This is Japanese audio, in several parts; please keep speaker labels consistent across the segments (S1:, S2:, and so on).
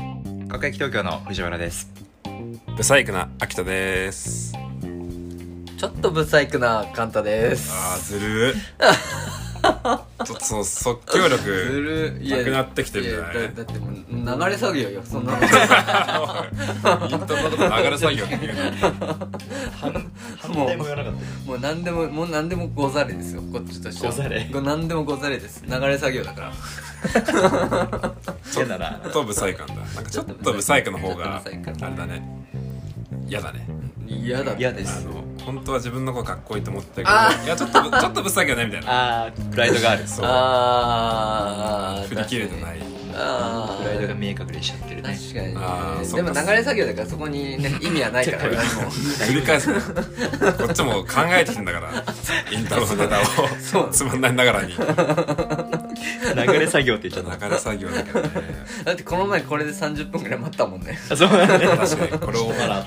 S1: 焼き東京の藤原です
S2: ブサイクな秋田です。
S3: ちょっとブサイクなカンタです。
S2: あーずるー。ちょっとその即興
S3: ず
S2: 力。
S3: るい
S2: なくなってきてるじゃない
S3: やだだってもう流れ作業 よそんなの
S2: イントロとか流れ作業っていうの
S3: も
S1: 言わなかった
S3: うもう何でももう何でもござれですよこっちとしては
S1: ござれ
S3: こ何でもござれです流れ作業だから
S1: 嫌だな
S2: ちょっとブサイクなんだ。なんかちょっとブサイクの方があ
S3: ちょ
S2: れ
S3: っとブサイク
S2: だね。嫌だね。
S3: 嫌だ
S1: 嫌です
S2: あの本当は自分の子かっこいいと思ってるけど、
S3: あー
S2: いやちょっとぶちょっとブサイクだねみたいな。
S1: あープライドがある
S2: そう。
S3: あー
S2: 振り切れてない。
S3: あ
S1: プライドが
S3: ー
S1: 見え隠れしちゃってるね
S3: 確かにね
S2: あーそ
S3: で
S2: っ
S3: も
S2: か
S3: 流れ作業だからそこに ね意味はないから何も
S2: 繰り返すね。こっちも考えてきてんだから。イントロのネタ
S3: そ
S2: を
S3: う
S2: つまんないながらに
S1: 流れ作業って言っちゃった
S2: 流れ作業だけどね。
S3: だってこの前これで30分ぐらい待ったもんね
S1: あそうだね
S2: 確かにこれを
S1: あ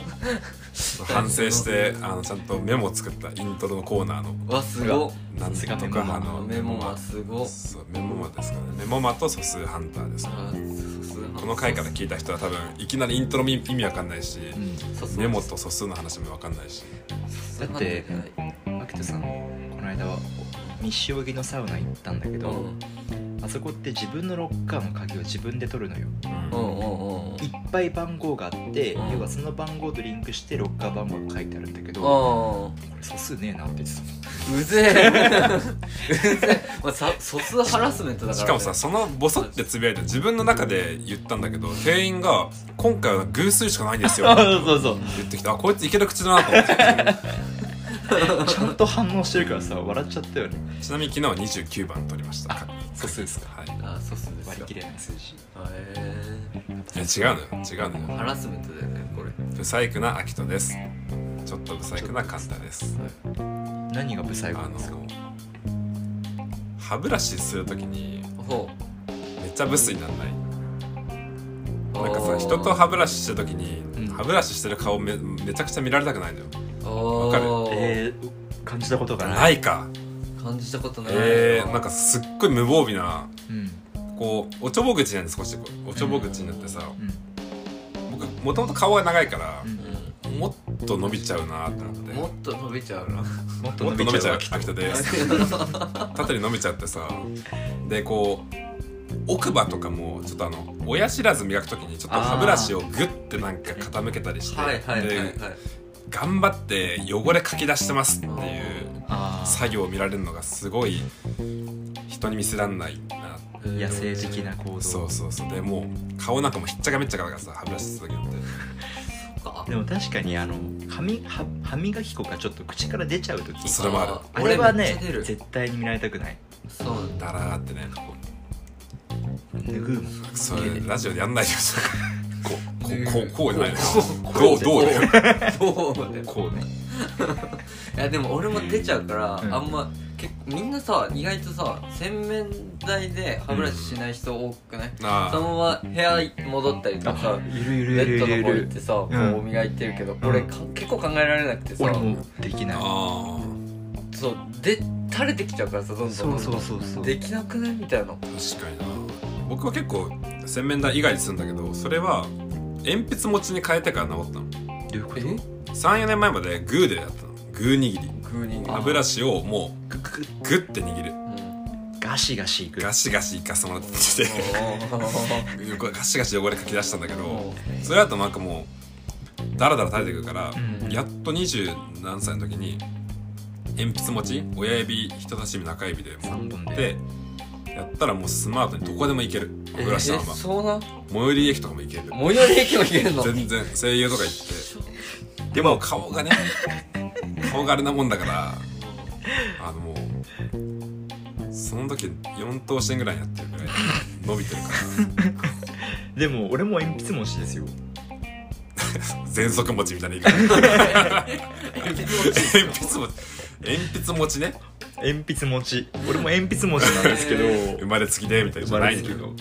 S2: 反省してあのちゃんとメモを作ったイントロのコーナーの
S3: わすごっ
S2: なんとか
S1: メモマ
S2: あ
S3: あ
S2: の
S3: メモはすごっ
S2: そうメモマですかねメモマと素数ハンターですね
S3: あー素数
S2: この回から聞いた人は多分いきなりイントロみ意味わかんないし、
S3: 素数
S2: メモと素数の話もわかんないし
S1: だってマクトさんこの間は西荻のサウナ行ったんだけ
S3: う
S1: ど、
S3: ん
S1: あそこって自分のロッカーの鍵を自分で取るのよ
S2: うん
S3: うんうんうん
S1: いっぱい番号があって、
S3: うん
S1: 要はその番号とリンクしてロッカー番号が書いてあるんだけど、こ
S3: あ
S1: れ素数ねえなって言ってた
S3: ーうぜえ うぜえ、まあ、さ素数ハラスメントだから、ね、
S2: しかもさそのボソってつぶやいて自分の中で言ったんだけど店員が「今回は偶数しかないんですよ」って
S1: そうそうそう
S2: 言ってきてあこいついける口だなと思って
S1: ちゃんと反応してるからさ笑っちゃったよね
S2: ちなみに昨日は29番取りました
S1: 素数ですか
S2: はい
S3: あー素数ですよ
S1: 割り切れない数字
S2: い
S3: へ
S2: や違うのよ違うの
S3: ー
S2: よ
S3: ハラスメントだよねこれ
S2: 不細工な秋人ですちょっと不細工なカンタです
S1: 何が不細工
S2: あ
S1: なんですか
S2: の歯ブラシするときに
S3: ほ
S2: めっちゃブスになんないうなんかさ人と歯ブラシしてるときに、
S1: うん
S2: 歯ブラシしてる顔めめちゃくちゃ見られたくないのよ
S3: わ
S2: わか
S1: えー、感じたことがない、
S2: ないか
S3: 感じたことない
S2: えー、
S3: な
S2: なんかすっごい無防備な
S1: うん
S2: こうおちょぼ口なんで少しこうおちょぼ口になってさ、
S1: うん
S2: 僕もともと顔が長いから
S1: う、ん
S2: もっと伸びちゃうなって思って
S3: もっと伸びちゃうな
S1: もっと
S2: も
S1: 伸
S2: っと
S1: び
S2: 伸びち
S1: ちゃ
S2: ゃ
S1: う
S2: う
S1: わきっと
S2: 秋田 です縦に伸びちゃってさでこう奥歯とかもちょっとあの親知らず磨く時にちょっと歯ブラシをグッてなんか傾けたりして
S3: はいはいはいはい
S2: で頑張って汚れかき出してますっていう
S1: ああ
S2: 作業を見られるのがすごい人に見せらんないな
S1: 野生的な行動
S2: そうそうそうでもう顔なんかもひっちゃかめっちゃかだからさ歯ブラシする時って
S3: か
S1: でも確かにあの歯み歯歯磨き粉がちょっと口から出ちゃう時
S2: それもある
S1: あれは
S3: めっ
S1: ね
S3: ちゃ出る
S1: 絶対に見られたくない
S3: そうなんだ
S2: だらーってね
S1: 拭うもん
S2: それラジオでやんないよ それこうこうこうこうじゃないの
S3: こ
S2: どうどうだよ
S3: どうだよ
S1: こうね
S3: いやでも俺も出ちゃうから、
S1: うん
S3: あんま結構みんなさ意外とさ洗面台で歯ブラシしない人多くない、
S2: あ
S3: そのまま部屋戻ったりとか
S1: ゆるゆ
S3: ベ
S1: るゆ
S3: ッド
S1: る
S3: の
S1: ゆ
S3: 方行っ
S1: る
S3: てさ、
S1: うん
S3: こう磨いてるけど、俺か結構考えられなくてさ
S1: 俺もできない
S2: あー
S3: そうで垂れてきちゃうからさどんどんどん
S1: そ
S3: どん
S1: うそうそうそう
S3: できなくないみたいな
S2: 確かにな僕は結構洗面台以外にするんだけどそれは鉛筆持ちに変えてから直ったの
S1: どういうこ
S3: え
S1: と
S2: 34年前までグーでやったのグー握り
S3: グーニング
S2: 歯ブラシをもうグッグッグッて握る
S1: ガシガシいく
S2: ガシガシいかせてもらってて ガシガシ汚れかき出したんだけどそれだとなんかもうダラダラ垂れてくるから
S1: うん
S2: やっと二十何歳の時に鉛筆持ち親指人差し指中指で持
S1: 3本
S2: っ
S1: で
S2: てやったらもうスマートにどこでも行ける歯ブラシのまま
S3: えそうな
S2: 最寄り駅とかも行ける
S3: 最寄り駅も行けるの
S2: 全然声優とか行ってでも顔がね顔があれなもんだからあのもうその時4頭身ぐらいになってるぐらい伸びてるか
S1: でも俺も鉛筆持ちですよ
S2: ら全速持ちみたいな言い方
S3: 鉛筆
S2: 鉛筆持ち鉛筆持ちね
S1: 鉛筆持ち俺も鉛筆持ちなんですけ
S2: 生
S1: ど
S2: まれつきでみたいなじゃないんだけど、はい、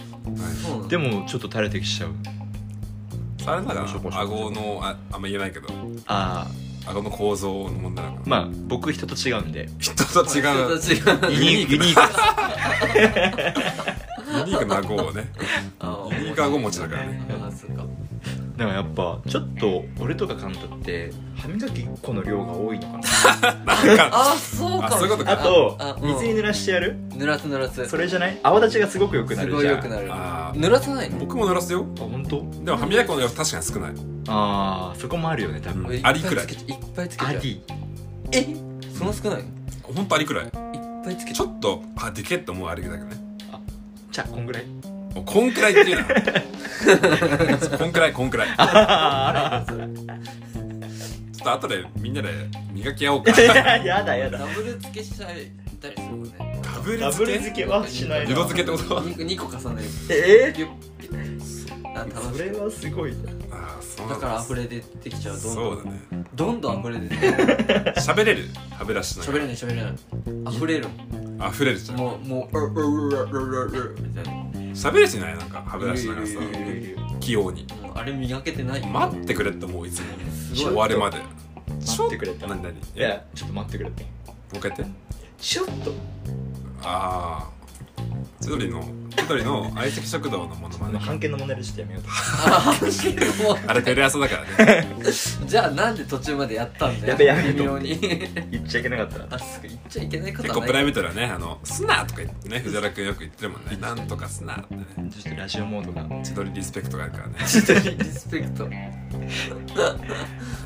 S3: そうなんだ
S1: でもちょっと垂れてきちゃう
S2: それなら
S1: しょぼしょぼ
S2: 顎のああんま言えないけど
S1: ああ
S2: 顎の構造の問題だから、
S1: まあ僕人と違うんで
S2: 人と違う
S3: 人と違う
S1: ユニークユニークです
S2: ユニークな顎をね
S3: あ
S2: ユニーク顎持ちだからね
S3: あそうか
S1: だからやっぱちょっと俺とかカンタって歯磨き1個の量が多いのかな
S2: なんか
S3: あそうかも
S2: あそういうことか
S1: あと
S3: あうん
S1: 水に濡らしてやる
S3: 濡らす濡らす
S1: それじゃない泡立ちがすごく良くな
S3: す
S1: る
S3: ご
S1: じ
S3: い
S1: ゃん
S3: 良くなる
S2: あー
S3: 濡らさないの
S2: 僕も濡らすよ
S1: あ本当
S2: でも歯磨き粉の量確かに少ない
S1: あーそこもあるよね多分、
S2: うん
S3: 俺
S2: アリくらい
S3: っぱつけちゃいっぱいつけちゃ
S1: ア
S3: う
S1: リ
S3: えそんな少ないの
S2: ほんとありくらい
S3: いっぱいつけち
S2: ち
S3: ゃ
S2: ょっとあでけって思うありくらいだけどね
S1: じゃあこんぐらい
S2: もうこんくらいっていうな こんくらいこんくらいちょ
S1: あ
S2: っと後でみんなで磨き合おうか
S1: あ やだや
S3: うダ
S1: だ
S3: ブル付けしたりたりするもんね
S2: ダブル
S1: ダブ
S2: 漬
S1: ル
S2: け
S1: 漬けはしない
S2: 二
S1: な
S2: 度漬けってこと
S3: 2, 個重ね
S1: え
S3: るギュッギュッあ楽
S1: そ
S3: しい
S1: れはすごい
S2: ああそうな
S3: だ
S2: ん
S3: から溢れ出てきちゃうどんどん
S2: そうだね
S3: どんどん溢れ出てくる
S2: 喋れる歯ブラシの
S3: 喋れない喋れない溢れる
S2: 溢れるじゃん
S3: もうもううううううううみたいな
S2: 喋るしないなんか歯ブラシの
S3: い
S2: さ
S3: るいるいる
S2: 器用に
S3: もうあれ磨けてない
S2: 待ってくれって思ういつも
S3: す
S2: 終
S3: ごい
S2: わるまで
S1: 待ってくれ
S2: ちょ
S1: た
S2: 何何
S1: いやちょっと待ってくれて
S2: もう一回やって
S1: ちょっと
S2: ああ千鳥の千鳥の相席食堂のもの
S1: あ
S2: ま
S1: の
S2: ね
S1: 半券の問題でちょっとやめようと
S3: あ ーも
S2: あれテレ朝だからね
S3: うじゃあなんで途中までやったんだよ
S1: やべやべ
S3: 微妙に
S1: 言っちゃいけなかったら
S3: あすぐ言っちゃいけないこと
S2: 結
S3: は
S2: 構
S3: ない
S2: プライベートではね「あのすな」とか言ってね藤原君よく言ってるもんね「なんとかすな」ってね
S1: ちょっとラジオモードが
S2: 千鳥リスペクトがあるからね
S3: リスペクト
S2: いや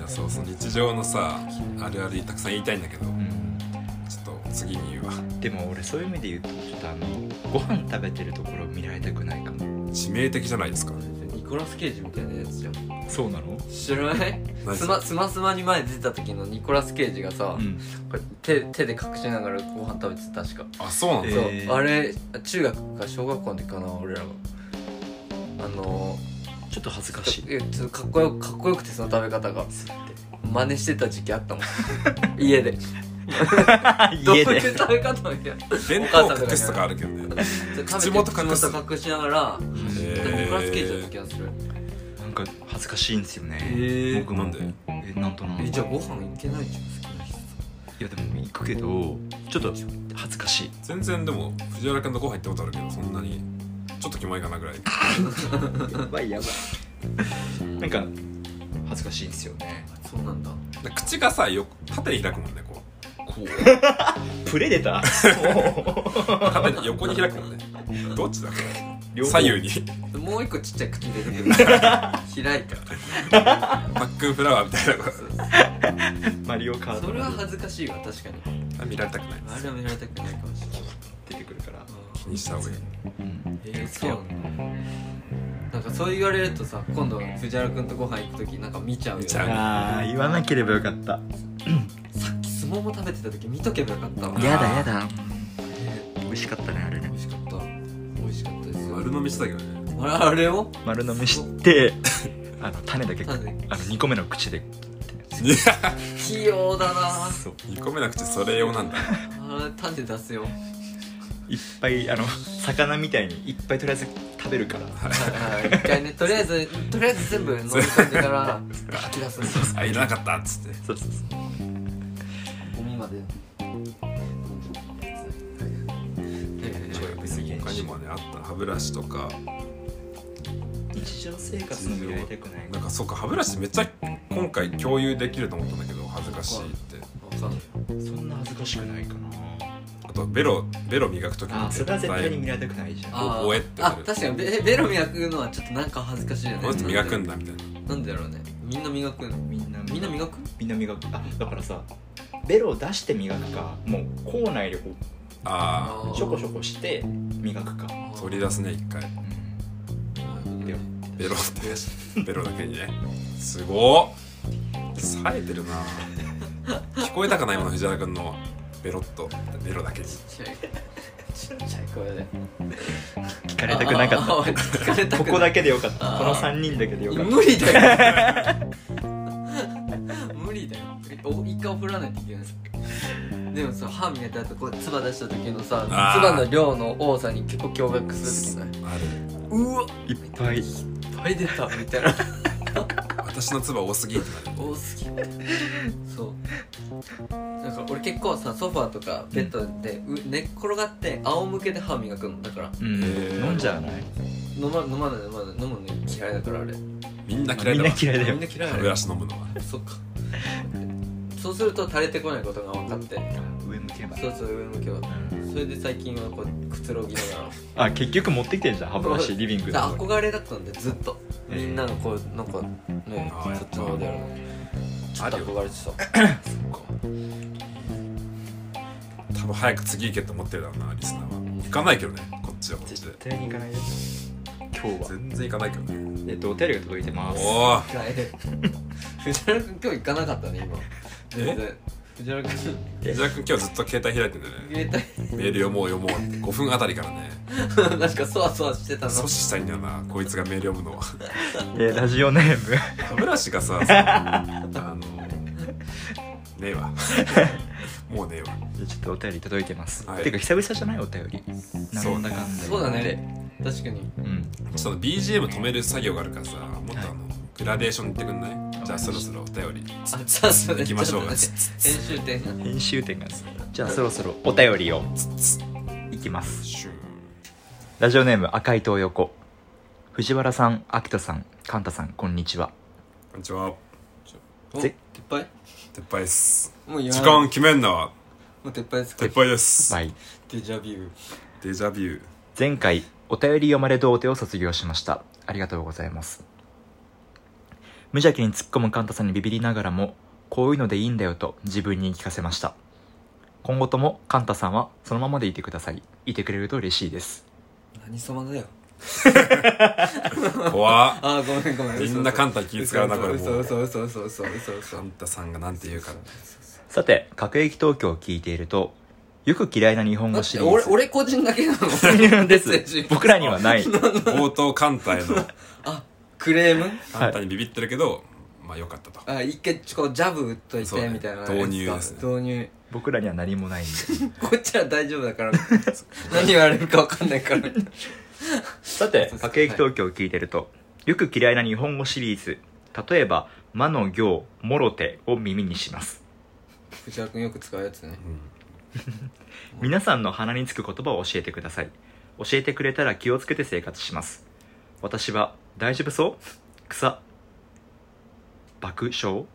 S2: そうそう日常のさあるあるたくさん言いたいんだけど
S1: うん
S2: ちょっと次に言うわ
S1: でも俺そういう意味で言うとちょっとあのご飯食べてるところを見られたくないかも
S2: 致命的じゃないですか
S3: ニコラス・ケイジみたいなやつじゃん
S1: そうなの
S3: 知らない
S2: 何
S3: スマスマスマに前出た時のニコラス・ケイジがさ、
S1: うん
S3: こう手手で隠しながらご飯食べてた確か、
S2: あそうなんだ、
S1: えー
S3: そうあれ中学か小学校の時かな俺らがあの
S1: ちょっと恥ずかしい
S3: ー、いやちょっとかっこよかっこよくてその食べ方が真似してた時期 あったもん家でどうい
S1: 家
S3: う
S1: で
S3: 食べ方 をや
S2: 弁当隠すとかあるけど ね口元隠す
S3: 口元隠しなが
S2: へ
S3: ら
S2: ー
S3: ニコラス・ケイジだった気がする
S1: なんか恥ずかしいんですよね
S3: へー
S1: 僕
S2: な
S1: も
S2: んで
S1: えなんとなく
S3: え
S1: い
S3: じゃあご飯いけないじゃん好きな人
S1: やでも行くけどちょっと恥ずかしい
S2: 全然でも藤原君とご飯行ったことあるけどそんなにちょっとキモいかなぐらい
S1: やばいや ばいなんか恥ずかしいんですよね
S3: そうなんだ
S2: で口がさよ縦に開くもんねこ
S3: こう
S1: プレデタ ー
S2: う縦に横に開くもんねどっちだこれ
S1: 両方
S2: 左右に
S3: もう一個ちっちゃい口出てくる開いた
S2: パックンフラワーみたいなこ
S1: マリオカート
S3: それは
S1: が
S3: 恥ずかしいわ確かに
S2: と見られたくない
S3: あれは見られたくないかもしれない
S1: 出てくるから
S2: 気にした方がいい
S1: うん
S3: えー、そうなんだなんかそう言われるとさ今度藤原君とご飯行く時なんか見ちゃうよね
S2: 見ちゃう
S1: あー言わなければよかった
S3: さっき相撲も食べてた時見とけばよかったわ
S2: やだや
S1: だ美味しかったねあれね
S3: 美味しかった美味しかったですよ
S2: 丸飲みしたけど ね
S3: あれあれを
S1: 丸飲み してあの種だけあ
S3: な
S1: の
S3: んで
S1: 2個目の口で
S2: いや
S3: 器用だな
S1: そう
S2: 2個目なくてそれ用なんだ
S3: あれ種出すよ
S1: いっぱいあの魚みたいにいっぱいとりあえず食べるから
S3: はいはい一回ねとりあえずとりあえず全部飲み込んでから吐き出すんですよ
S2: あいらなかったっつって
S1: そうそうそう
S3: ゴミまで。
S2: 他にもねあった歯ブラシとか
S1: 日常生活の見られたくない
S2: なんかそうか歯ブラシめっちゃ今回共有できると思ったんだけど恥ずかしいって
S1: そんな恥ずかしくないかな
S2: あとベロベロ磨く時
S1: あ
S2: も
S1: ーそれは絶対に見られたくないじゃん
S2: あおえってな
S3: あ
S2: る
S3: 確かにベベロ磨くのはちょっとなんか恥ずかしいよね
S2: この人磨くんだみたいな
S3: なんでだろうねみんな磨くの
S1: みんな
S3: みんな磨く
S1: みんな磨くあだからさベロを出して磨くかもう口内でこう
S2: あ
S3: あー
S1: ちょこちょこして磨くか、
S2: あ取り出すね一回
S1: うんベロ
S2: ベロ ってベロだけにねすごっ冴えてるな聞こえたかな今の藤原君のベロっとベロだけに
S3: ちっちゃいちっちゃい声で
S1: 聞かれたくなか
S3: ああ
S1: っ
S3: 聞かれ
S1: たこ
S3: たくない
S1: こだけでよかった
S3: あー
S1: この3人だけでよかっ
S3: 無理だよ無理だよお一回振らないといけないでもさ歯磨いた後こう唾出した時のさ
S2: あー
S3: 唾の量の多さに結構驚愕する時ない
S2: ある
S3: うわ
S1: たいっぱい
S3: いっぱい出たみたいな
S2: 私の唾多すぎってなる
S3: 多すぎるそうなんか俺結構さソファーとかベッドでう寝っ転がって仰向けで歯磨くのだから
S1: うん
S2: へー
S1: 飲んじゃわない
S3: 飲ま飲まない飲まない飲むの嫌いだからあれ
S2: みんな嫌いだ
S1: みん
S2: わ
S1: な嫌いだよ
S3: みんな嫌いだ
S2: 食べ
S3: よ
S2: 出し飲むのは
S3: そっかそうすると垂れてこないことが分かって
S1: 上向けば
S3: そうそう上向けばそれで最近はこうくつろぎながら
S1: あ結局持ってきてるじゃん歯ブラシリビングのとこ
S3: 憧れだったんでずっと
S1: え
S3: み
S1: ー
S3: んなのこうなんかね
S2: あー
S3: そっちの方でやるのちょっと憧れてた
S2: 多分早く次行けって思ってるだろうなリスナーは行かないけどねこっちはこっちで
S1: 絶対に行かないよ今日は
S2: 全然行かないけどね
S1: えっとお便りが届いてます
S2: おお
S3: 一回 藤原君今日行かなかったね今全然藤原君
S2: 伊沢君今日ずっと携帯開いてんだよね
S3: 携
S2: メール読もう読もうって5分あたりからね
S3: 帯 なんかそわそわしてたの
S2: 阻止したいんだよなこいつがメール読むの
S1: えーラジオネーム
S2: 歯ブラシが さそのあのねえわもうねえわ
S1: ちょっとお便り届いてます、
S2: はい
S1: てか久々じゃないお便り
S2: そう
S1: なんだかんだ
S3: そうだね確かに
S1: うん
S2: ちょっと BGM 止める作業があるからさもっとあの、グラデーションいってくんないじゃあそろそろお便り
S3: あじゃあそれ
S2: 行きましょうか
S3: ちっとね編集点が
S1: 編集点がですねじゃあそろそろお便りをいきます
S2: シューン
S1: ラジオネーム赤い東横藤原さん秋田さんカンタさんこんにちは
S2: こんにちは
S3: お
S1: ぜ
S3: 撤廃
S2: 撤廃です
S3: もう言わ
S2: 時
S3: ない
S2: 間決めんな
S3: もう撤廃ですか
S2: 撤廃です
S1: バイ
S3: デジャビュー
S2: デジャビュー
S1: 前回お便り読まれ童貞を卒業しましたありがとうございます無邪気に突っ込むカンタさんにビビりながらもこういうのでいいんだよと自分に言い聞かせました今後ともカンタさんはそのままでいてくださいいてくれると嬉しいです
S3: 何様だよ
S2: 怖っ
S3: あーごめんごめん
S2: みんなカンタ気使うなこれも
S3: 嘘
S2: う
S3: 嘘嘘嘘嘘嘘嘘嘘
S2: カンタさんがなんて言うから
S1: さて各駅東京を聞いているとよく嫌いな日本
S3: だ
S1: 語
S3: っ
S1: シ
S3: て
S1: リー
S3: 俺
S1: ズ
S3: 俺個人 だけな の
S1: です僕らにはない
S2: 冒頭カンタ への
S3: クレーム
S2: カンタにビビってるけど、まあよかったと
S3: あ一回ちょこうジャブ打っとい
S2: そう
S3: て
S2: ね
S3: みたいな、
S2: 導入ですね
S3: 導入
S1: 僕らには何もないんで
S3: こっちは大丈夫だから何言われるか分かんないから
S1: さて、各駅東京を聞いてると、よく嫌いな日本語シリーズ、例えば、魔の行、もろてを耳にします。
S3: 藤原君よく使うやつね
S1: 皆さんの鼻につく言葉を教えてください。教えてくれたら気をつけて生活します。私は、大丈夫そう草。爆笑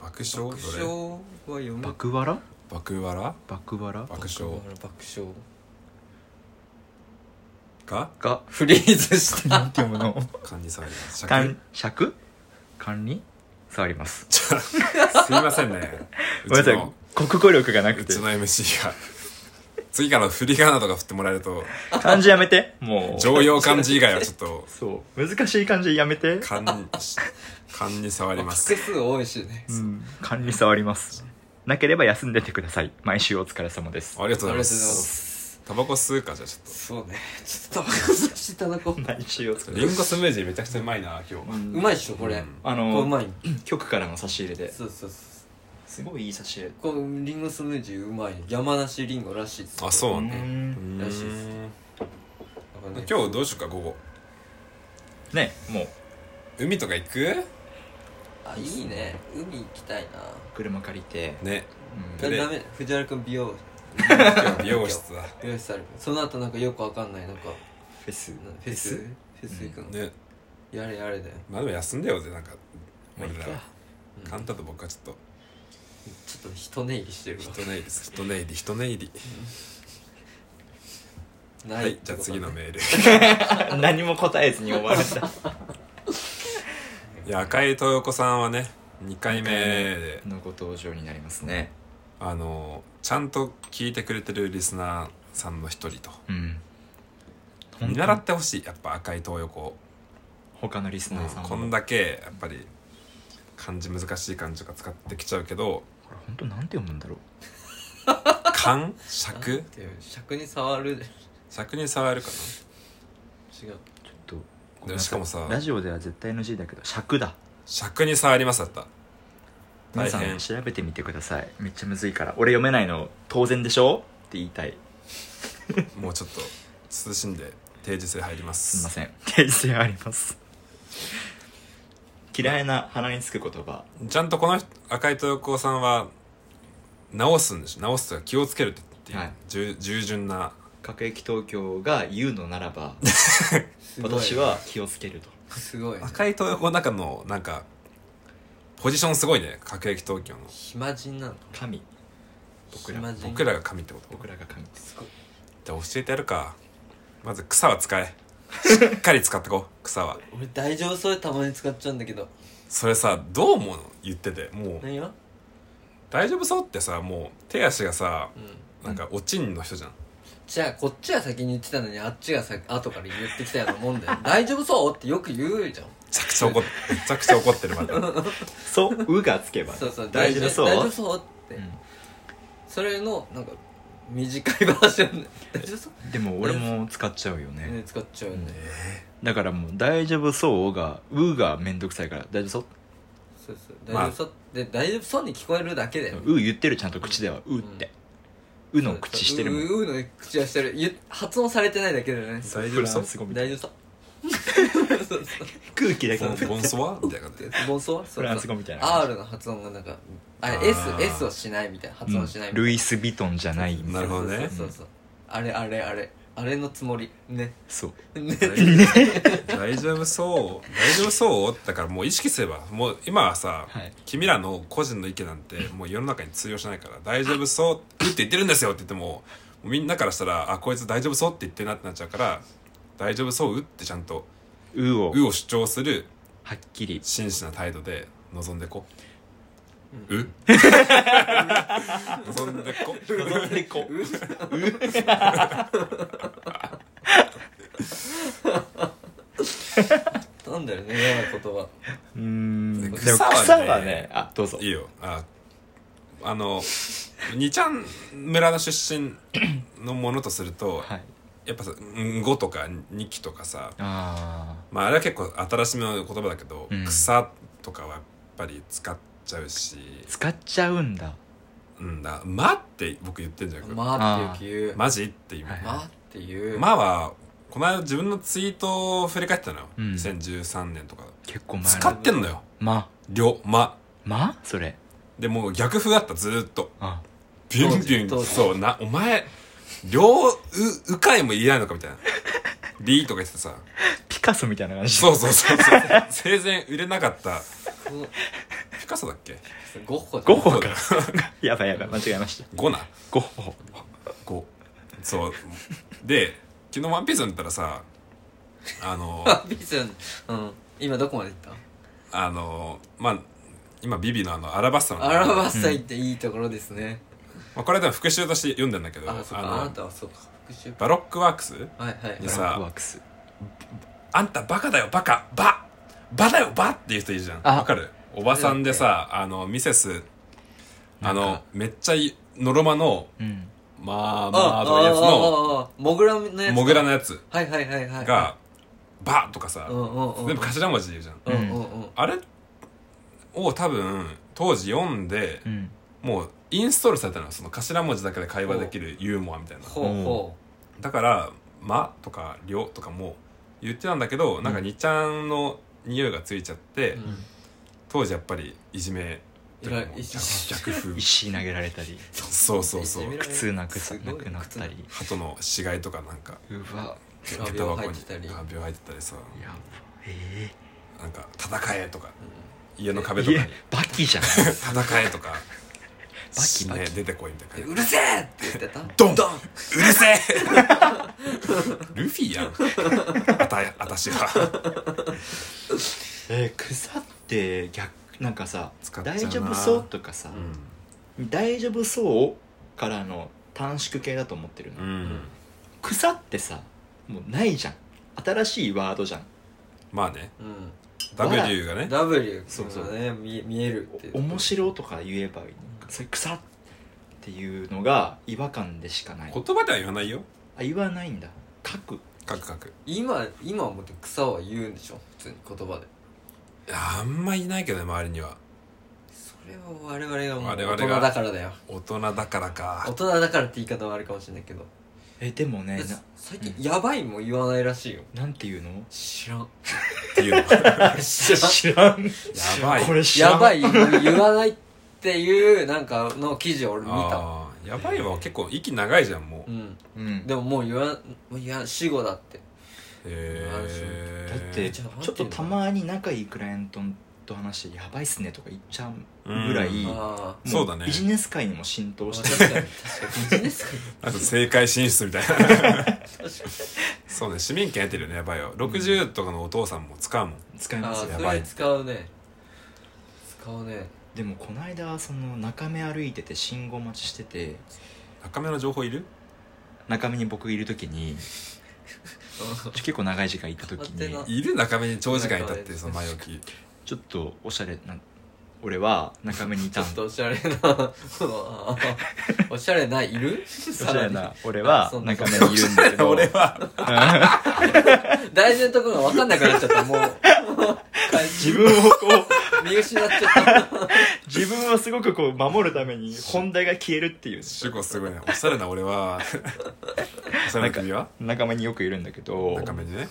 S2: 爆笑ど
S3: 爆笑
S2: れ
S3: は読む
S1: 爆笑
S2: 爆笑
S1: 爆笑
S2: 爆笑
S3: 爆笑
S2: が
S1: が、
S3: フリーズし
S1: な
S3: た
S1: んて読むの
S2: 管理されます
S1: 感、尺感に触ります。
S2: すいませんねう
S1: ごめん
S2: ち
S1: なさい
S2: の、
S1: 国語力がなく
S2: う
S1: て
S2: ち。の MC が次から振り仮名とか振ってもらえると
S1: 漢字やめて。もう。
S2: 常用漢字以外はちょっと
S1: そう。難しい漢字やめて。
S2: 勘に勘に触ります
S3: 複数多いしね
S1: うん、勘に触りますなければ休んでてください毎週お疲れ様です
S2: ありがとうございま
S3: ありがとうございます
S2: タバコ吸うかじゃあちょっ
S3: そうねちょっとタバコさせていただこう
S1: 毎週お疲
S2: とリンゴスムージーめちゃくちゃうまいな今日
S1: ん
S3: うまいっしょこれ、
S1: あ
S3: これうまい
S1: 局からの差し入れで
S3: そうそうそう
S1: すごいいい差し入れ
S3: こうリンゴスムージーうまい山梨リンゴらしいです
S2: あそう
S1: う
S2: ね
S1: ん
S2: うー
S3: らしいです
S2: ん
S3: なんかね
S2: 今日どうしようか午後
S1: ねもう
S2: 海とか行く
S3: あいいね海行きたいな
S1: 車借りて、
S2: ね
S1: う
S2: で
S3: えダメ藤原君美容
S2: 今日美容室だ
S3: 美容室あるその後なんかよくわかんないなんか
S1: フェス
S3: なフェス
S1: フ
S3: フェス行くの、
S2: ね
S3: やれやれだよ
S2: まあでも休んでよぜなんか
S3: ま
S2: 俺
S3: あいいから
S2: カンタと僕はちょっ
S3: ちょっと人寝入りしてる
S2: と人寝入りです人寝入り人寝入りは
S3: わない
S2: じゃあ次のメール
S1: 何も答えずに終わるんだ
S2: いや赤井豊子さんはね2回目で
S1: のご登場になりますね
S2: あのちゃんと聞いてくれてるリスナーさんの一人と
S1: うん
S2: 見習ってほしいやっぱ赤い東横、
S1: 他のリスナーさんも
S2: こんだけやっぱり漢字難しい漢字とか使ってきちゃうけど
S1: これ本当なんて読むんだろう
S2: 漢
S3: 尺
S2: 尺
S3: 尺に触 る
S2: 尺に触るか
S3: 違う
S1: ちょっとごめんな
S2: なで
S1: さい
S2: しかもさ
S1: ラジオでは絶対 NG だけど尺だ
S2: 尺に触りますだった
S1: 皆
S2: 大
S1: さ
S2: 変
S1: ん調べてみてくださいめっちゃむずいから俺読めないの当然でしょって言いたい
S2: もうちょっと慎んで定時制入ります
S1: みますせん訂正あります嫌いな鼻につく言葉
S2: ちゃんとこの人赤い豊子さんは直すんでしょ直すとか気をつけるっていう、
S1: はい
S2: 従従順な
S1: 各駅東京が言うのならば
S3: すごい
S1: 私は気をつけると
S3: すごい
S2: 赤い東横の中のなんかポジションすごいね各駅東京の
S3: 暇人なの
S1: 神僕ら
S3: 暇人
S2: 僕らが神ってこと
S1: 僕らが神です
S3: すごい
S2: じゃあ教えてやるかまず草は使えしっかり使ってこう草は
S3: 俺大丈夫そうでたまに使っちゃうんだけど
S2: それさどう思うの言っててもう
S3: 何が
S2: 大丈夫そうってさもう手足がさ
S3: うん
S2: なんかおちんの人じゃん
S3: じゃあこっちは先に言ってたのにあっちがさ後から言ってきたようなもんだよ 大丈夫そうってよく言うじゃん
S2: めちゃくちゃ怒ってめちゃくちゃ怒ってるまだ
S1: そう「う」がつけば
S3: そうそう
S1: 大丈夫そう
S3: 大丈夫そうって、
S1: うん
S3: それのなんか短いバージョンで大丈夫そう
S1: でも俺も使っちゃうよね
S3: ね使っちゃうんだよ、
S1: だからもう「大丈夫そう」が「う」がめんどくさいから「大丈夫そう」
S3: そうそう大
S2: まあ
S3: 丈夫そうって、大丈夫そうに聞こえるだけだよ、
S1: 「う」言ってるちゃんと口では「う」って「う」の口してるも
S3: うんううの口はしてるゆ発音されてないだけだよね
S2: 大丈 夫そう
S1: すごい
S3: 大丈夫そうそうそう
S1: 空気だけ
S2: ボンボンソワみたいな感じ
S3: ボンソワ
S1: フランス語みたいな感
S3: R の発音がなんかあ
S2: あ
S3: れ
S2: ー
S3: S, S をしないみたいな発音し
S1: じ
S3: ないみたいな、
S1: ルイス・ヴィトンじゃない
S2: なるほどね
S3: そうそうそうあれあれあれあれのつもりね
S1: そう
S3: ね
S2: 大丈夫そう大丈夫そうだからもう意識すればもう今はさ、
S1: はい
S2: 君らの個人の意見なんてもう世の中に通用しないから大丈夫そうって言ってるんですよって言ってももうみんなからしたらあこいつ大丈夫そうって言ってるなってなっちゃうから大丈夫そうってちゃんと
S1: 「う」を
S2: うを主張する
S1: はっきり
S2: 真摯な態度で臨んでこう、う 望んでこ
S3: なんだよね嫌な言葉
S1: うーんでも
S2: 草はね
S1: 草はねあどうぞ
S2: いいよああの二ちゃん村の出身のものとすると、
S1: はい
S2: やっぱさ「んご」とか「にき」とかさ、
S1: あ
S2: まあ、あれは結構新しめの言葉だけど「
S1: うん
S2: 草」とかはやっぱり使っちゃうし
S1: ー使っちゃうんだ
S2: 「うんだ」「ま」って僕言ってんじゃなくて「
S3: まあっていう
S2: マジ?」っていう
S1: はい
S2: 「
S3: まあっていう
S2: ま」はこの間自分のツイートを振り返ってたのよ、
S1: うん
S2: 2013年とか
S1: 結構前の
S2: 使ってんのよ
S1: ま
S2: 「りょ」「ま
S1: まそれ」
S2: でもう逆風だったずーっと
S1: あ
S2: ビュンビ
S3: 当
S2: ュン
S3: 時
S2: そうなお前両ううかいも言えないのかみたいな「り」とか言って さ
S1: ピカソみたいな感じ
S2: そうそうそうそう生前売れなかった
S3: そう
S2: ピカソだっけ
S3: ゴッホ
S1: ゴ
S3: だ
S1: ッホか やばいやばい間違えました
S2: 5な
S1: ゴッホ
S2: 5そうで昨日「ワンピース読んでたらさあの
S3: ビスよねうん今どこまで行っ
S2: あのまあ今ビビのあのアラバスタの
S3: たアラバッサイっていいところですね
S2: まあ、これはでも復習として読んでんだけど
S3: あそうかあな
S2: の
S3: たはそうか復
S2: バロックワークス
S3: 讐はいは
S2: で
S3: い
S1: ブ
S2: さ
S1: ラックワークス
S2: あんたバカだよバカババだよバっていう人いるじゃん
S1: あ
S2: わかるおばさんでさあのミセスあ
S1: なん
S2: の
S1: か
S2: めっちゃいのろまの
S1: うん
S2: まあ
S3: あ
S2: ま
S3: あ
S2: あとかいうやつの
S3: あああモグラのやつ
S2: モグラのやつ
S3: はいはいはいはい
S2: がバとかさ
S3: うんうんうん
S2: 全部頭文字で言うじゃん
S3: うんうんうん
S2: あれを多分当時読んで
S1: うん
S2: もうインストールされたのよその頭文字だけで会話できるユーモアみたいな
S3: ほうほ
S2: だから「ま」とか「りょ」とかも言ってたんだけどなんかにちゃんの匂いがついちゃって、
S3: ううん
S2: 当時やっぱりいじめというかもう
S3: いらいじ
S2: 逆風
S1: 石投げられたり
S2: そうそうそ
S3: いじめ
S2: う
S3: られ
S1: 靴なくさ
S3: す
S1: な
S3: ご
S1: いくなったり
S2: 鳩の死骸とかなんか
S1: うわ
S3: 靴の病入ってたり
S2: あ病入ってたりさ
S1: やばえ
S2: なんか「戦え」とか家の
S1: え
S2: 壁と
S1: い
S2: か
S1: や
S2: に
S1: バキじゃん
S2: 「 戦え」とか「
S1: バキ
S2: 死
S1: バキ
S2: ね出てこい」みたいな
S3: うるせえって言ってた
S2: ドンドンうるせえ ルフィやんあたあたしは
S1: えー草って逆なんかさ
S2: 使
S1: 「
S2: っちゃう
S1: 大
S2: な
S1: 丈夫そう」とかさ「大丈夫そう」からの短縮形だと思ってる
S2: う
S1: の、
S2: ん
S1: 草ってさもうないじゃん新しいワードじゃん
S2: まあね
S3: うん
S1: わら
S2: W がね
S3: W
S1: そうそう
S3: ね見見えるっていう
S1: お面白とか言えばいいそれ草っていうのが違和感でしかない
S2: 言葉では言わないよ
S1: あ言わないんだ書く
S2: カクカク
S3: 今今思って草は言うんでしょ普通に言葉で
S2: いやあんまいないけどね周りには
S3: それは我々がもう
S2: 我
S3: 大
S2: 々
S3: 人
S2: が
S3: だからだよ
S2: 大人だから
S3: 大
S2: か
S3: 人だからって言い方はあるかもしれないけど
S1: えでもね
S3: だ最近やばいも言わないらしいよ
S1: ななんていうの
S3: 知らん
S2: っていうのや
S3: 知ら
S1: ら
S3: ん
S1: ん
S2: ばい
S1: これ知らん
S3: やばい言わないっていうなんかの記事を俺見た
S2: あーやばいわ結構息長いじゃんも
S3: うん
S1: うん
S3: でももう言わんもう言わん死語だって
S2: え
S1: だ
S2: ー、
S1: ってち
S3: じゃ
S1: ょ
S3: あ
S1: っとたまに仲いいクライアントと話して「やばいっすね」とか言っちゃうぐらい、
S2: うん
S1: も
S3: あ
S1: う
S2: そうだね
S1: ビジネス界にも浸
S3: あ
S1: 透し
S3: 確
S1: て
S3: かに確かにビジネス
S2: あと正解進出みたいな
S3: 界確か
S2: そうね市民権得てるよねやばいよ60とかのお父さんも使うもん
S1: 使い
S3: にあ
S1: ますよ
S2: や
S3: あ
S2: ばい
S3: それ使うね使うね
S1: でもこの間その中目歩いてて信号待ちしてて
S2: 中目の情報いる
S1: 中目に僕いる時に結構長い時間いた時
S3: 勝手な
S1: に
S2: いる中目に長時間いたっていうその前置き
S1: ちょっとおしゃれな俺は中目にい
S3: ち
S1: た
S3: ょ
S1: ん
S3: っとおしゃれな あーおしゃれないる
S1: おし
S3: さ
S1: ゃ
S3: ら
S1: れ
S3: に
S1: な俺は
S3: そんな
S1: 中目にいるんだけど
S2: 俺は
S3: 大事なとこが分かんなくなっちゃったもう
S1: 自分をこう
S3: 見失っちゃった
S1: 自分をすごくこう守るために本題が消えるっていう
S2: 主語すごいねおしゃれな俺はおしゃれな首は
S1: 仲間によくいるんだけど
S2: 中目にね
S3: ね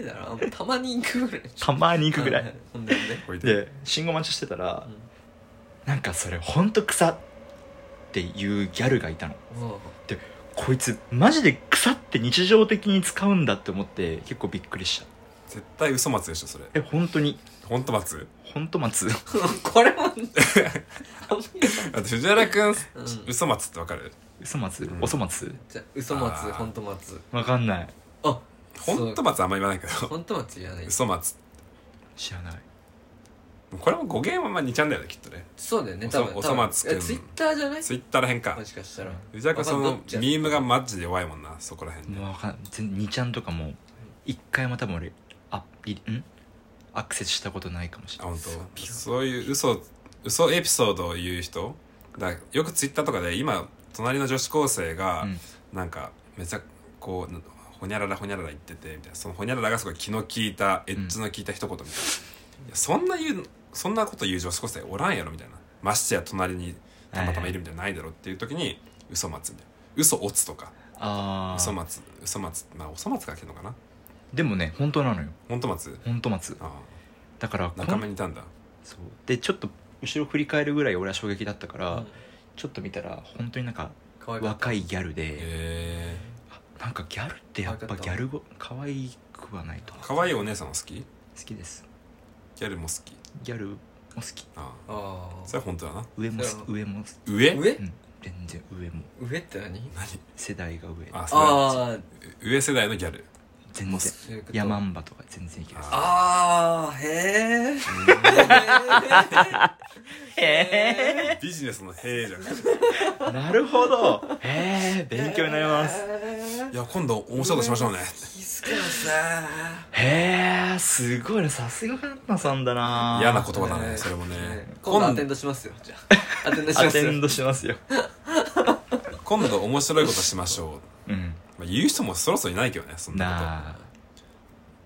S3: えだろたまに行くぐらい
S1: たまに行くぐらい
S3: ほんでほんで
S2: 置いて
S1: で信号待ちしてたら「なんかそれほんと草」っていうギャルがいたの
S3: も
S1: こいつマジで草って日常的に使うんだって思って結構びっくりした
S2: 絶対嘘松でしょそれ
S1: え本当に
S2: 本当松
S1: 本当松
S3: うこれもあんまり
S2: あと藤原君
S3: うん
S2: 嘘松ってわかる
S1: 嘘松
S2: うん
S1: おそ松
S3: じゃあ嘘松
S2: あー
S3: 本松
S1: わかんない
S3: あ
S2: 本当松あんま言わないけど
S3: 本当松じゃない
S2: 嘘松
S1: 知らない
S2: これも語源はまあ2ちゃんだよねきっとね
S3: そうだよね
S2: お
S3: 多
S2: そ
S3: 分
S2: おそ松くん
S3: 多分えツイッターじゃない
S2: ツイッターらへんか
S3: もしかしたら
S2: 藤原君そ
S3: わか
S2: の
S3: んどっちや
S2: ミームがマジで弱いもんなそこらへん
S1: もうわかん全2ちゃんとかも一回も多分俺アリんアクセスしたことないかもし
S2: あ
S1: れない
S2: 本当そういう嘘嘘エピソードを言う人だよくツイッターとかで今隣の女子高生が
S1: うん
S2: なんかめちゃこうなほにゃららほにゃらら言っててみたいなそのほにゃららがすごい気の利いたエッジの利いた一言みたいな、いやそんな言うそんなこと言う女子高生おらんやろみたいなましてや隣にたまたまいるみたいなのないだろっていう時に嘘待つみたいな嘘落つとか
S1: あ
S2: 嘘
S1: あ
S2: 待つ嘘待つまあ嘘待つかけんのかな
S1: でもね本当なのよ
S2: 本当待つ
S1: 本当松
S2: あ
S1: だから
S2: あ中
S1: こ
S2: 目
S1: ん
S2: にいたんだ
S1: そうでちょっと後ろ振り返るぐらい俺は衝撃だったから、
S3: うん
S1: ちょっと見たら本当になんか
S3: 可愛かった
S1: 若いギャルで、
S2: へえ
S1: なんかギャルってやっぱギャル語可愛くはないと好
S2: 可愛いお姉さんも好きギ
S1: きです
S2: ャルも好き
S1: ギャルも好き
S2: ああ
S3: あ
S2: それは本当だな
S1: 上も
S3: そ
S1: 好
S3: う
S1: き上も好き
S2: 上
S3: あ上
S1: うん全然上も
S3: 上って何
S2: 何
S1: 世代が上
S2: あ世代
S3: ああ
S2: 上世代のギャル
S1: 全然
S3: そういうこと
S1: ヤマンバとか全然いけます
S2: あ
S3: ああへえ
S1: へ
S2: ビジネスの「へえ」じゃん
S1: えなるほどへえ勉強になります
S2: いや今度面白いことしましょうね
S3: 好きなんですね
S1: へえすごいねさすがカンナさんだな
S2: 嫌な言葉だねそれもね
S3: 今度ア
S2: 今
S3: テン
S2: 度
S3: ドしますよじゃ あアテンドしま
S1: ア
S3: す
S1: テ
S3: よ
S1: ンドしますよ
S2: 今度面白いことしましょう
S1: うん
S2: まあ言う人もそろそろいないけどねそんな
S1: なあ
S2: こ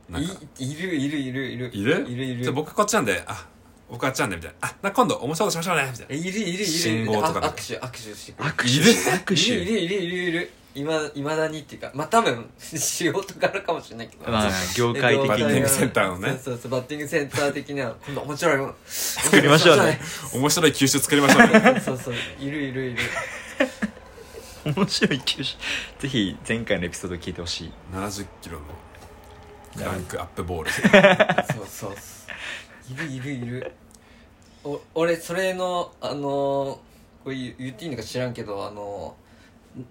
S2: となんか
S3: いいるいるいるいる
S2: いる
S3: いるいる
S2: じゃあ僕こっちなんであ僕あっちなんでみたいなあな今度面白いことしましょうねみたい
S3: えいるいるいる
S2: 信号とかで
S3: あ握手握手してくる
S1: 握手握
S2: いる
S3: いるい
S1: 手
S3: るいるいるいるいまいまだにっていうかまあ多分仕事からかもしれないけど
S1: まあ業界的
S2: バッティング
S1: に
S2: センターのね
S3: そうそうそうバッティングセンター的な今度面白いもん
S1: 作りましょうね
S2: な面白い球種作りましょうね
S3: そうそういるいるいる
S1: 面白い球種ぜひ前回のエピソード聞いてほしい
S2: 70キロのクランクアップボール
S3: そうそういるいるいるお俺それのあのー、これ言言っていいのか知らんけどあの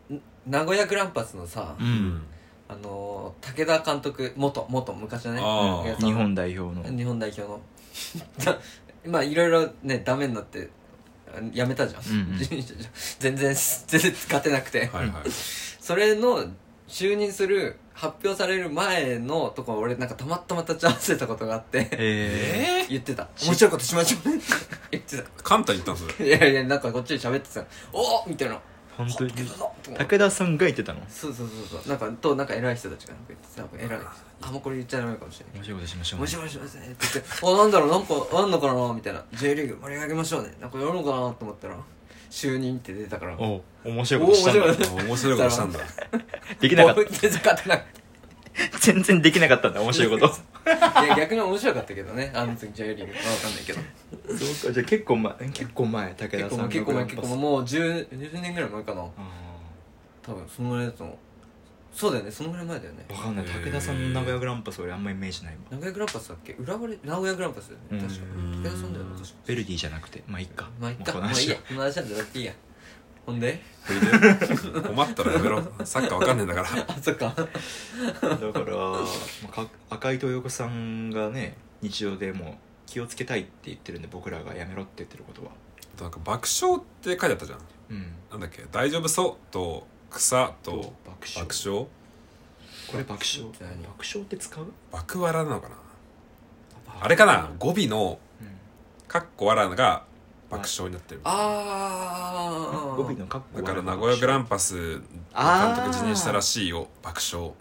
S3: ーんん名古屋グランパスのさ、
S1: うん
S3: あのー、武田監督元元昔のね
S2: あー
S3: やつ
S1: 日本代表の
S3: 日本代表の まあいろいろねダメになってあやめたじゃん、
S1: うんうん
S3: 全然全然使ってなくて
S2: はいはい
S3: それの就任する発表される前のとこ俺なんかたまたま立ち合わせたことがあって
S1: え
S2: え
S3: 言ってた面白いことしましょうね言って
S2: ーカンタ言ったんそれ
S3: たいやいやなんかこっちで喋ってたおおみたいな
S1: ー、本当に
S3: 武田だと思って
S1: 武田さんが言ってたの
S3: そうそうそうそうなんかとなんか偉い人たちがなんか言ってさ偉いあもうこれ言っちゃダメかもしれない
S1: 面白いことしましょう
S3: 面白いしますねって言って「あなんだろうなんかあんのかな?」みたいな「J リーグ盛り上げましょうね」なんかやるのかなと思ったら就任って出てたから
S1: おう面白いことしたん
S3: お面
S1: だ
S3: 白
S2: あ面白いことしたんだ
S1: できなかっ
S3: もう全然勝てなかった
S1: た全然できなかったんだ面白いことそ
S3: いや逆に面白かったけどねあの時 J リーグわかんな いけど
S1: うかじゃあ結構前結構前武
S3: 結
S1: 田さ
S3: 構
S1: んが
S3: 前結構前結構前
S1: 前
S3: もう 10, 10年ぐらい前かな
S1: あ
S3: 多分そのやつもそうだよねそのぐらい前だよね
S1: わかんない武田さんの名古屋グランパス俺あんまイメージないわ
S3: 名古屋グランパスだっけ浦和レ名古屋グランパスだよ
S1: うん
S3: ね確か武田さんだよね確か
S1: ベルディじゃなくてまあいっか
S3: まあいっか
S1: もうこ
S3: ま
S1: の
S3: あい
S1: 話
S3: いや
S1: は
S3: この話なんじゃなくていいやほ んで
S2: 困ったらやめろサッカーわかんねえんだから
S3: あそっか
S1: だからまあか赤井豊子さんがね日常でもう気をつけたいって言ってるんで僕らがやめろって言ってることは
S2: なんか爆笑って書いてあったじゃん
S1: うん
S2: なんだっけ大丈夫そうと草と
S1: 爆笑
S2: 爆笑
S1: これ爆笑
S3: 何
S1: 爆笑って使う
S2: 爆笑なのかなあれかな語尾の
S1: うん
S2: かっこ笑が爆笑になってる
S3: ああ
S1: 語尾のかっこ
S2: だから名古屋グランパスの監督辞任したらしいよ爆笑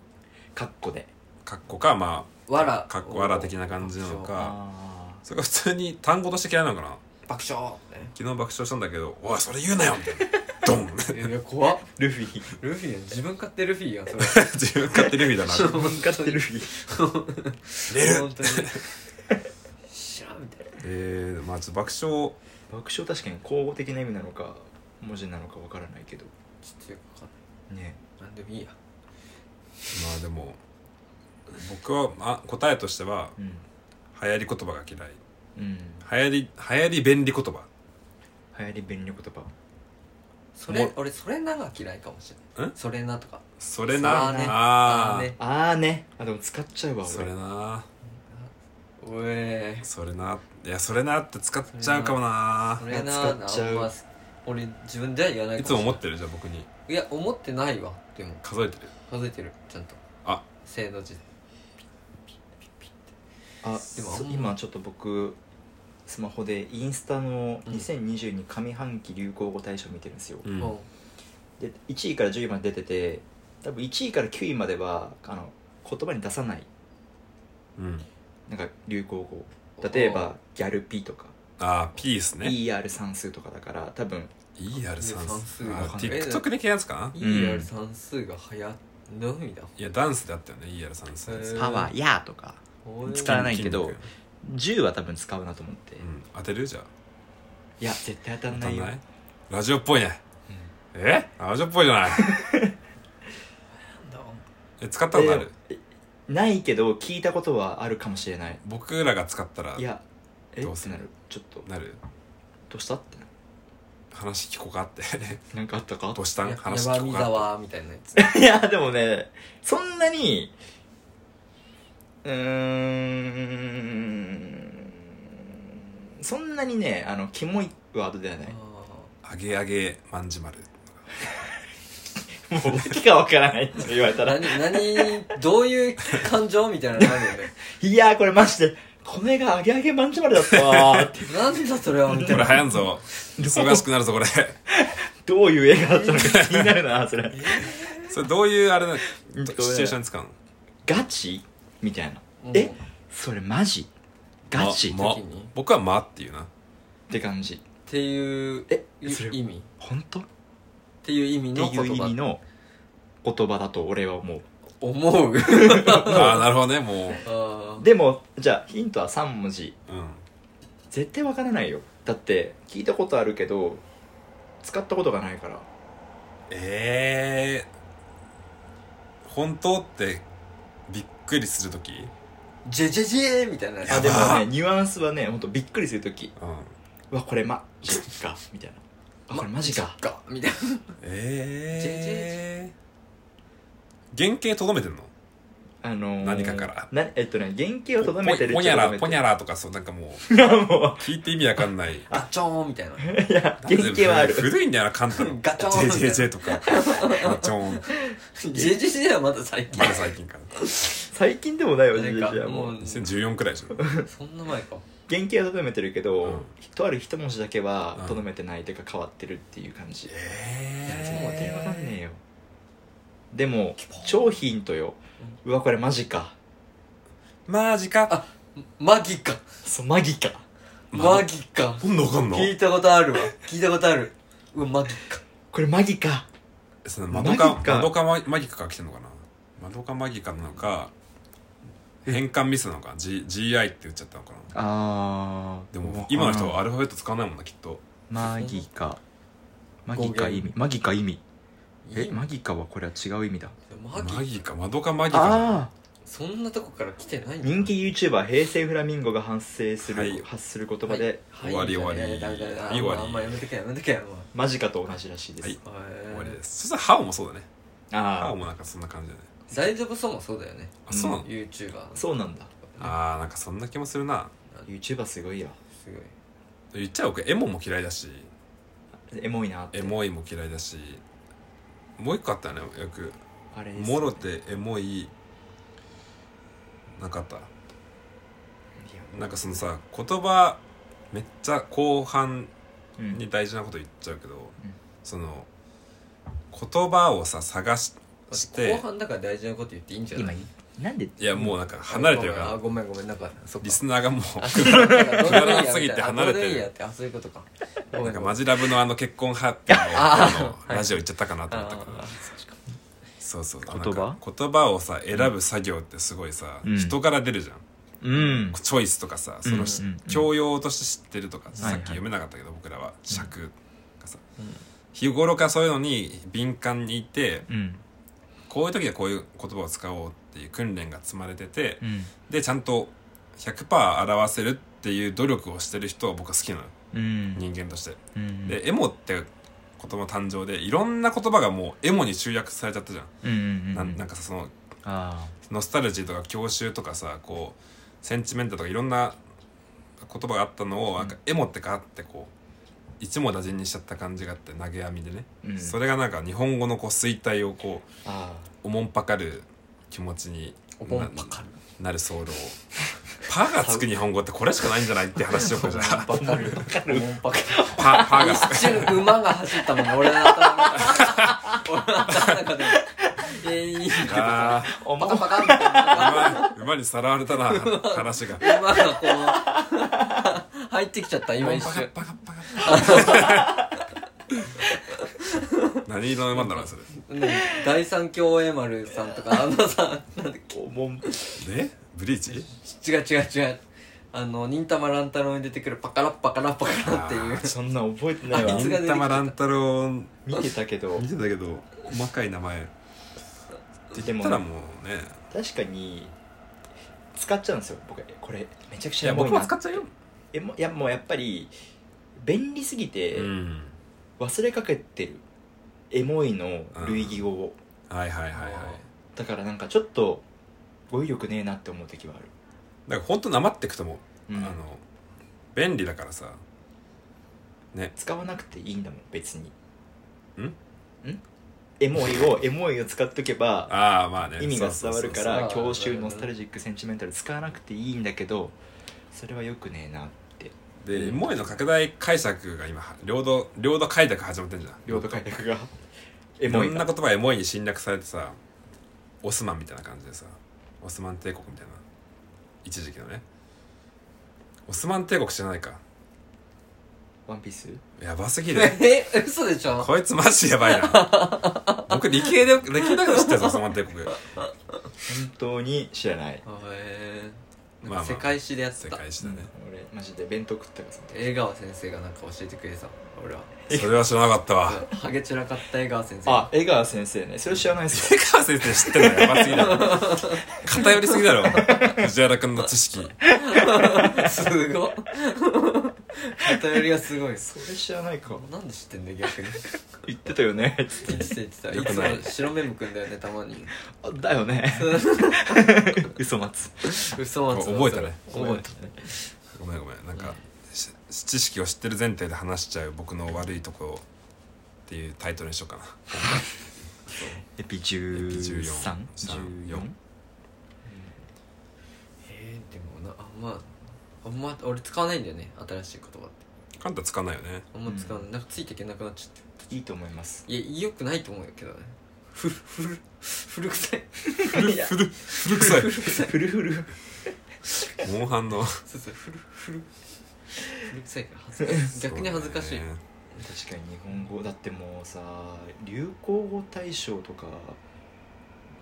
S1: かっこで
S2: かっこかま
S3: わら
S2: あかっこ笑的な感じなのか
S1: あ
S2: それが普通に単語として嫌いなのかな
S3: 爆笑ね
S2: 昨日爆笑したんだけど「おいそれ言うなよ」みたいなドン
S3: いや怖っ
S1: ールフ ィ
S3: ルフィやん自分勝手ルフィやんそ れ
S2: 自分勝手にみたいな
S3: そう
S1: 分かってルフィ
S2: 寝る
S3: 本当に知らんみたいな
S2: えー、まあちょっと爆笑
S1: 爆笑確かに口語的な意味なのか文字なのかわからないけど
S3: ちょっとよくわかん
S1: ね
S3: ないなんでもいいや
S2: まあでも僕はあ答えとしては
S1: うん
S2: 流行り言葉が嫌い
S1: うん
S2: 流行り流行り便利言葉
S1: 流行り便利言葉
S3: それ
S2: も
S3: 俺それなが嫌いかもしれない
S2: ん
S3: それなとか
S2: それな
S3: さあね
S2: あー
S3: ね
S1: ああねあでも使っちゃうわ
S2: それ
S1: 俺
S2: な
S3: おえ
S2: それないやそれなって使っちゃうかもな
S3: それな
S1: 使っちゃう
S3: あんま俺自分では言わない
S2: いつも思っててるじゃあ僕に
S3: いや思ってないわでも
S2: 数えてる
S3: 数えてるちゃんと
S2: あ
S3: 制度時
S1: あで
S3: でも
S1: も今ちょっと僕スマホでインスタの2022上半期流行語大賞見てるんですよ、
S2: うん
S3: も
S1: で1位から10位まで出てて多分1位から9位まではあの言葉に出さない
S2: うん
S1: なんか流行語
S3: う
S1: 例えばギャルピとか、
S2: あーピースね
S1: ER 算数とかだから多分
S2: ER 算
S3: 算
S2: 数
S3: 数が
S2: あー
S1: わかんない
S2: TikTok で系やつかな
S3: お
S1: ん
S3: ーいいやる算数が流行どういう意味だ
S2: いやダンスであったよね ER 算数
S3: へー
S1: パワーやーとか
S3: おー
S1: 使わないけど
S2: 筋肉
S1: 10は多分使うなと思って、
S2: う
S1: い
S2: ん当てるじゃあ
S1: や絶対当たんな
S2: 当た
S1: い
S2: ん
S1: よ
S2: ないラジオっぽいねえラジオっぽいじゃないえ使ったことある
S1: でないけど聞いたことはあるかもしれない
S2: 僕らが使ったら
S1: いやえ
S2: ど
S1: っ
S2: う
S1: て
S2: す
S1: な
S2: る
S1: るちょっとど
S2: なる
S1: うしたってなる
S2: 話聞こうかって
S1: なんかあったか
S2: どうしたん
S3: や
S2: 話
S3: 山
S2: 聞こ
S3: 見
S2: うか
S3: 沢みたいなや つ
S1: いや、でもね、そんなに、うーん、そんなにね、あの、キモいワードではない。も
S2: あげあげまんじ丸
S1: う、訳がわからないって言われたら。
S3: 何何どういう感情みたいなのあ るよね
S1: いやー、これマジで、米が揚げ揚げまんじゅまるだったわーって。
S3: なんだそれはみた
S2: これ
S3: いな
S2: 流行んぞ忙しくなるぞこれ
S1: どういう映画だったのか気になるな、そ れ。
S2: それどういうあれなのシ
S1: うんと
S2: チュエーションに使うの
S1: ガチみたいな。
S3: うん
S1: えそれマジガチっ
S2: まま
S3: 時に
S2: 僕は「ま」って いうな
S1: て感じ。
S3: っていう
S1: え
S3: い
S1: それ
S3: 意味っ
S1: 本当って
S3: いう意味
S1: て
S3: の
S1: いう意
S3: 言
S1: 味
S3: 葉
S1: の言葉だと俺は思う。
S3: 思 う
S2: ああなるほどねも
S3: あー
S1: でも、じゃあヒントは3文字。
S2: ううん
S1: 絶対わからないよだって聞いたことあるけど使ったことがないから
S2: ええ本当ってびっくりする時
S3: ジェジェジェみたいなやつ
S1: あ
S2: やば
S1: で
S2: っ
S1: もねニュアンスはねほんとびっくりするとき
S2: うん
S1: うわこれマジかみたいなあこれマジか
S3: ガみたい
S2: ええ原型とどめてんの
S1: あのー、
S2: 何かから
S1: なえっとね原型をとどめてる
S2: ポニャラポニャ
S1: ラ
S2: ラとかそうなんかもう
S1: も
S2: 聞いて意味わかんない
S3: なガチョーンみた いな
S1: うい や原型はある
S2: 古いんだよなカンタの
S3: ガチョーン
S2: JJJ とかガチョーン
S3: ジェジェジェはまだ最近
S2: まだ最近かな
S1: 最近でもないわ
S3: なんか
S1: ジェジェはも
S3: も
S1: う
S3: う
S2: 2014くらいでしょ
S3: そんな前か
S1: 原型はとどめてるけど、
S2: うん
S1: とある一文字だけは
S2: うん
S1: とどめてないというか変わってるっていう感じ、いやもう全然わかんね
S2: え
S1: えよでも超ヒントようわこれマジか
S2: マジか
S3: あマギか
S1: そうマギか
S3: マギか
S2: なんでわかんの
S3: 聞いたことあるわ聞いたことあるうわマギか
S1: これマギか
S2: そのマドカ
S1: マギカ
S2: マドカママギカから来てんのかなマドカマギカなのか変換ミスなのか、G、GI って言っちゃったのかな
S1: あー
S2: でも今の人はアルファベット使わないもんなきっと
S1: マギかマギ
S3: 語
S1: か
S3: 源
S1: 意味マギか意味えマギカはこれは違う意味だ
S3: マギ
S2: マギかマドカマギか
S1: ああ
S3: そんなとこから来てないんだ
S1: 人気 YouTuber 平成フラミンゴが反省する、
S2: はい
S1: 発する言葉で、
S3: はい
S2: 終わり
S3: はい
S2: 終わり
S3: だめだめだ
S2: はい終わり
S3: あんまやめてけやめてけや
S1: マジカと同じらしいです、
S2: はい
S3: お前
S2: 終わりですそしたらハオもそうだねハ
S1: あ
S2: オもなんかそんな感じだね
S3: 大丈夫そうもそうだよね
S2: あそうなの
S3: YouTuber
S1: あそうなんだ
S2: あーなんかそんな気もするな
S1: YouTuber すごいよ
S3: すごい
S2: 言っちゃうかエモも嫌いだし
S1: エモいなって
S2: エモいも嫌いだしもう一個あったよねよく
S1: あれです
S2: もろてエモいなかった
S1: いや
S2: なんかそのさ言葉めっちゃ後半
S1: う
S2: に
S1: ん
S2: 大事なこと言っちゃうけど、
S1: うん
S2: その言葉をさ探しして
S3: 後半だから大事なこと言っていいんじゃない
S1: 今なんで
S2: いやもうなんか離れてるか
S3: あ
S2: ら
S3: ごめんごめんなんかそっか
S2: リスナーがもう
S3: あそうか
S2: くだらなすぎて離れてる
S3: どうでもいいやってあそういうことかごめ
S2: なん
S3: ん
S2: か
S3: ご
S2: マ
S3: めん
S2: ジラブのあの結婚派っていう
S3: あー
S2: のをあのラジオ行っちゃったかなと思ったから
S3: あ
S2: そうそう
S1: 言葉
S2: なんか言葉をさ選ぶ作業ってすごいさ、
S1: うん
S2: 人から出るじゃん
S1: うん
S2: チョイスとかさその、
S1: うんうんうん
S2: 教養として知ってるとかさ
S1: はいは
S2: さっ
S1: い
S2: き読めなかったけど、僕らは尺がさ、
S3: うん
S2: 日頃からそういうのに敏感にいて
S1: うん
S2: こういう時はこういう言葉を使おうっていう訓練が積まれてて、
S1: うん
S2: でちゃんと100%表せるっていう努力をしてる人は僕は好きなの
S1: うん
S2: 人間として。
S1: うん
S2: でエモって言葉の誕生でいろんな言葉がもうエモに集約されちゃったじゃん。
S1: うんうん
S2: なんなん
S1: あ
S2: かさその
S1: あ
S2: ノスタルジーとか郷愁とかさこうセンチメンタとかいろんな言葉があったのをなんかエモってかってこう一網打尽にしちゃった感じがあって投げ網でね、
S1: うん
S2: それがなんか日本語のこう衰退をこう
S3: あ
S2: おもんぱかる気持ちに
S3: おもんぱかる
S2: ななる騒動「パ」がつく日本語ってこれしかないんじゃないって話をこうじゃあ
S3: わかるわかるもんぱかる
S2: 「パ」パがつく
S3: 一瞬馬が走ったもんね俺の頭の中俺の頭の中でえいいけどさ
S2: あ
S1: お
S3: パ
S1: も
S3: カパカみたいな
S2: ー馬馬にさらわれたな話が。
S3: 馬がこう入ってきちゃった今一瞬
S2: パカパカ パカ何色の馬だろうそれ
S3: ね第三共栄丸さんとかあのさなんだっけ
S1: おもん
S2: でブリーチ
S3: 違う違う違うあの忍たま乱太郎に出てくるパカラッパカラッパカラっていう
S1: そんなん覚えてない
S3: あ
S1: わ
S3: いつが
S2: 忍たま乱太郎見
S1: 見てたけど
S2: てたけど細かい名前
S1: で
S2: 言
S1: も
S2: ったらもうね
S1: 確かに使っちゃうんですよ僕これめちゃく
S2: い
S1: ちゃ
S2: や
S1: エモい
S2: 僕
S1: な
S2: も使っちゃうよ
S1: えもいやもうやっぱり便利すぎて
S2: うん
S1: 忘れかけてる、エモいの類義語を、
S2: はいはいはいはい
S1: だからなんかちょっと語彙力ねえなって思う時はある、
S2: だから本当なまってくとも
S1: う
S2: あ
S1: ん
S2: の便利だからさね
S1: 使わなくていいんだもん別に
S2: ん
S1: んエモいをエモいを使っとけば
S2: ああまあね
S1: 意味が伝わるか
S3: そう
S1: ら
S3: そうそう
S1: 郷愁ノスタルジックセンチメンタル使わなくていいんだけどそれはよくねえなって
S2: そうそうそうで萌えの拡大解釈が今領土領土開拓始まってんじゃん
S1: 領土開拓がエ
S2: い
S1: モ
S2: ろ
S1: い
S2: んな
S1: が
S2: 言葉がエモいに侵略されてさオスマンみたいな感じでさオスマン帝国みたいな一時期のねオスマン帝国知らないか
S1: ワンピース
S2: やばすぎる
S3: え嘘でしょ
S2: こいつマジやばいな僕理系で理系だけど知ってるぞオスマン帝国
S1: 本当に知らない
S3: へえ
S2: まあまあ
S3: 世界史でやって
S2: 世
S3: た
S2: 界史だね
S1: 俺マジで弁当食ったからその時
S3: 江川先生がなんか教えてくれてた俺は
S2: それは知らなかったわ
S3: ハゲ散らかった江川先生
S1: あ江川先生ねそれ知らないですよ
S2: 江川先生知ってるのやばすぎだろ偏りすぎだろ藤原君の知識
S3: すごっ偏りがすごい
S1: それ知らないか
S3: なんで知ってんだよ逆に
S1: 言ってたよね
S3: 言ってた言ってた
S2: よ
S3: い
S2: く
S3: つ
S2: ない
S3: も白目むくんだよねたま に
S1: あだよね嘘待つ
S3: 嘘はつ
S2: 覚えたね
S3: 覚えた
S2: ごめんごめんなんか、し知識を知ってる前提で話しちゃう僕の悪いところっていうタイトルにしようかな
S1: エピ
S2: エピ
S1: 1 3
S2: 13
S1: 14
S2: 14
S3: えー、でもなあんまあんま俺使わないんだよね新しい言葉って
S2: カンタ使わないよね
S3: あんま使わない、なんかついていけなくなっちゃっ
S1: いいと思います
S3: ていやよくないと思うけどねふるふる古臭い
S1: いや
S2: 古古臭い
S3: 古臭い
S1: フルフル
S2: モンハンの
S3: そうそう古古古臭いから恥ずかしい逆に恥ずかしい、
S2: そうね
S1: 確かに日本語だってもうさ流行語大賞とか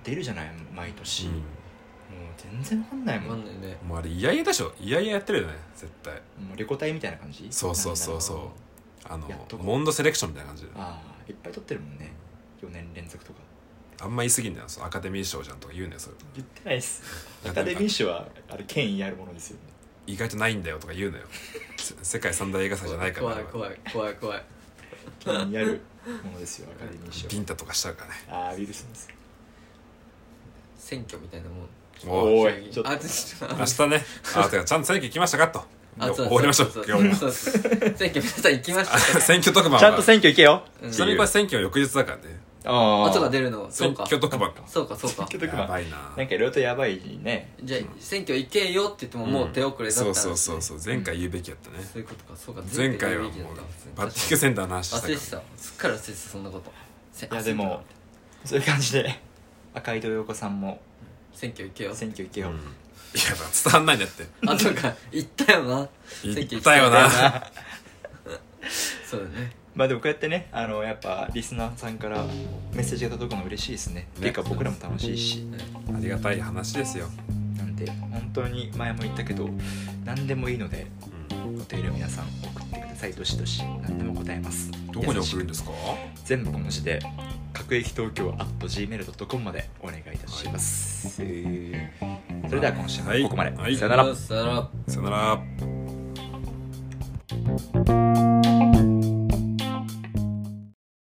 S1: 出るじゃない毎年、もう全然わかんない
S3: わ
S1: も
S3: か
S1: ん、
S3: んないね
S2: うんもうあれ嫌々でしょ嫌々やってるよね絶対
S1: もうレコ大みたいな感じ
S2: そうそうそ
S1: なんだ
S2: う
S1: ろ
S2: そうあの
S1: やっとこう
S2: モンドセレクションみたいな感じ
S1: ああいっぱい撮ってるもんね4年連続とか
S2: あんま言い過ぎんだよそのアカデミー賞じゃんとか言うねそれ
S1: 言ってないっすアカデミー賞はあれ権威あるものですよね
S2: 意外とないんだよとか言うの よせ世界三大映画祭じゃないから
S3: 怖い怖い怖い怖い
S1: 権威あるものですよアカデミー賞
S2: ビンタとかしちゃうからね
S1: ああウィルソンです
S3: 選挙みたいなもん
S2: お
S1: お
S2: お
S1: いちょっと
S3: あちょっと
S2: 明日ねあてかちゃんと選挙行きましたかと
S3: あそ
S2: 終
S3: うそう
S2: わりましょ
S3: そうう
S2: 今日も
S3: そうそう選挙皆さん行きまし た
S2: あ選挙特番は
S1: ちゃんと選挙行けよ
S3: うん
S2: ちなみにこれ選挙は翌日だからね
S1: あ
S3: 音が出るのそ
S2: 選
S3: うか
S2: 挙特番か
S3: そうかそうか
S1: 選挙特
S2: や
S1: 番
S2: ばいな
S1: なんかいろいろとやばいね
S3: じゃあ選挙行けよって言ってももう手遅れだった
S2: そ
S3: ら
S2: うそうそうそう前回言うべきやったね
S3: そういうことかそうか
S2: 前回はもうバッティングセンターの話した
S3: 忘
S2: から
S3: れてたすっかり忘れてたそんなことせ
S1: いやでもそういう感じで赤井戸陽子さんも
S3: 選挙行けよ
S1: 選挙行けよ、
S2: うんいや伝わんないんだって
S3: あそうか行ったよな
S2: 言ったよな
S3: そうだね
S1: まあでもこうやってねあのやっぱリスナーさんからメッセージが届くの嬉しいですねっていうか僕らも楽しいし
S2: ありがたい話ですよ、
S1: なんで本当に前も言ったけど何でもいいので
S2: うん、
S1: お手入れを皆さん送ってくださいどしどし何でも答えます
S2: どこに
S1: 優し
S2: 送
S1: く
S2: るんですか
S1: 全部小文字で各駅東京 at gmail.com までお願いいたします、えーそれでは今週もここまで、
S2: はいはい
S1: さよなら
S3: さよなら
S2: さよなら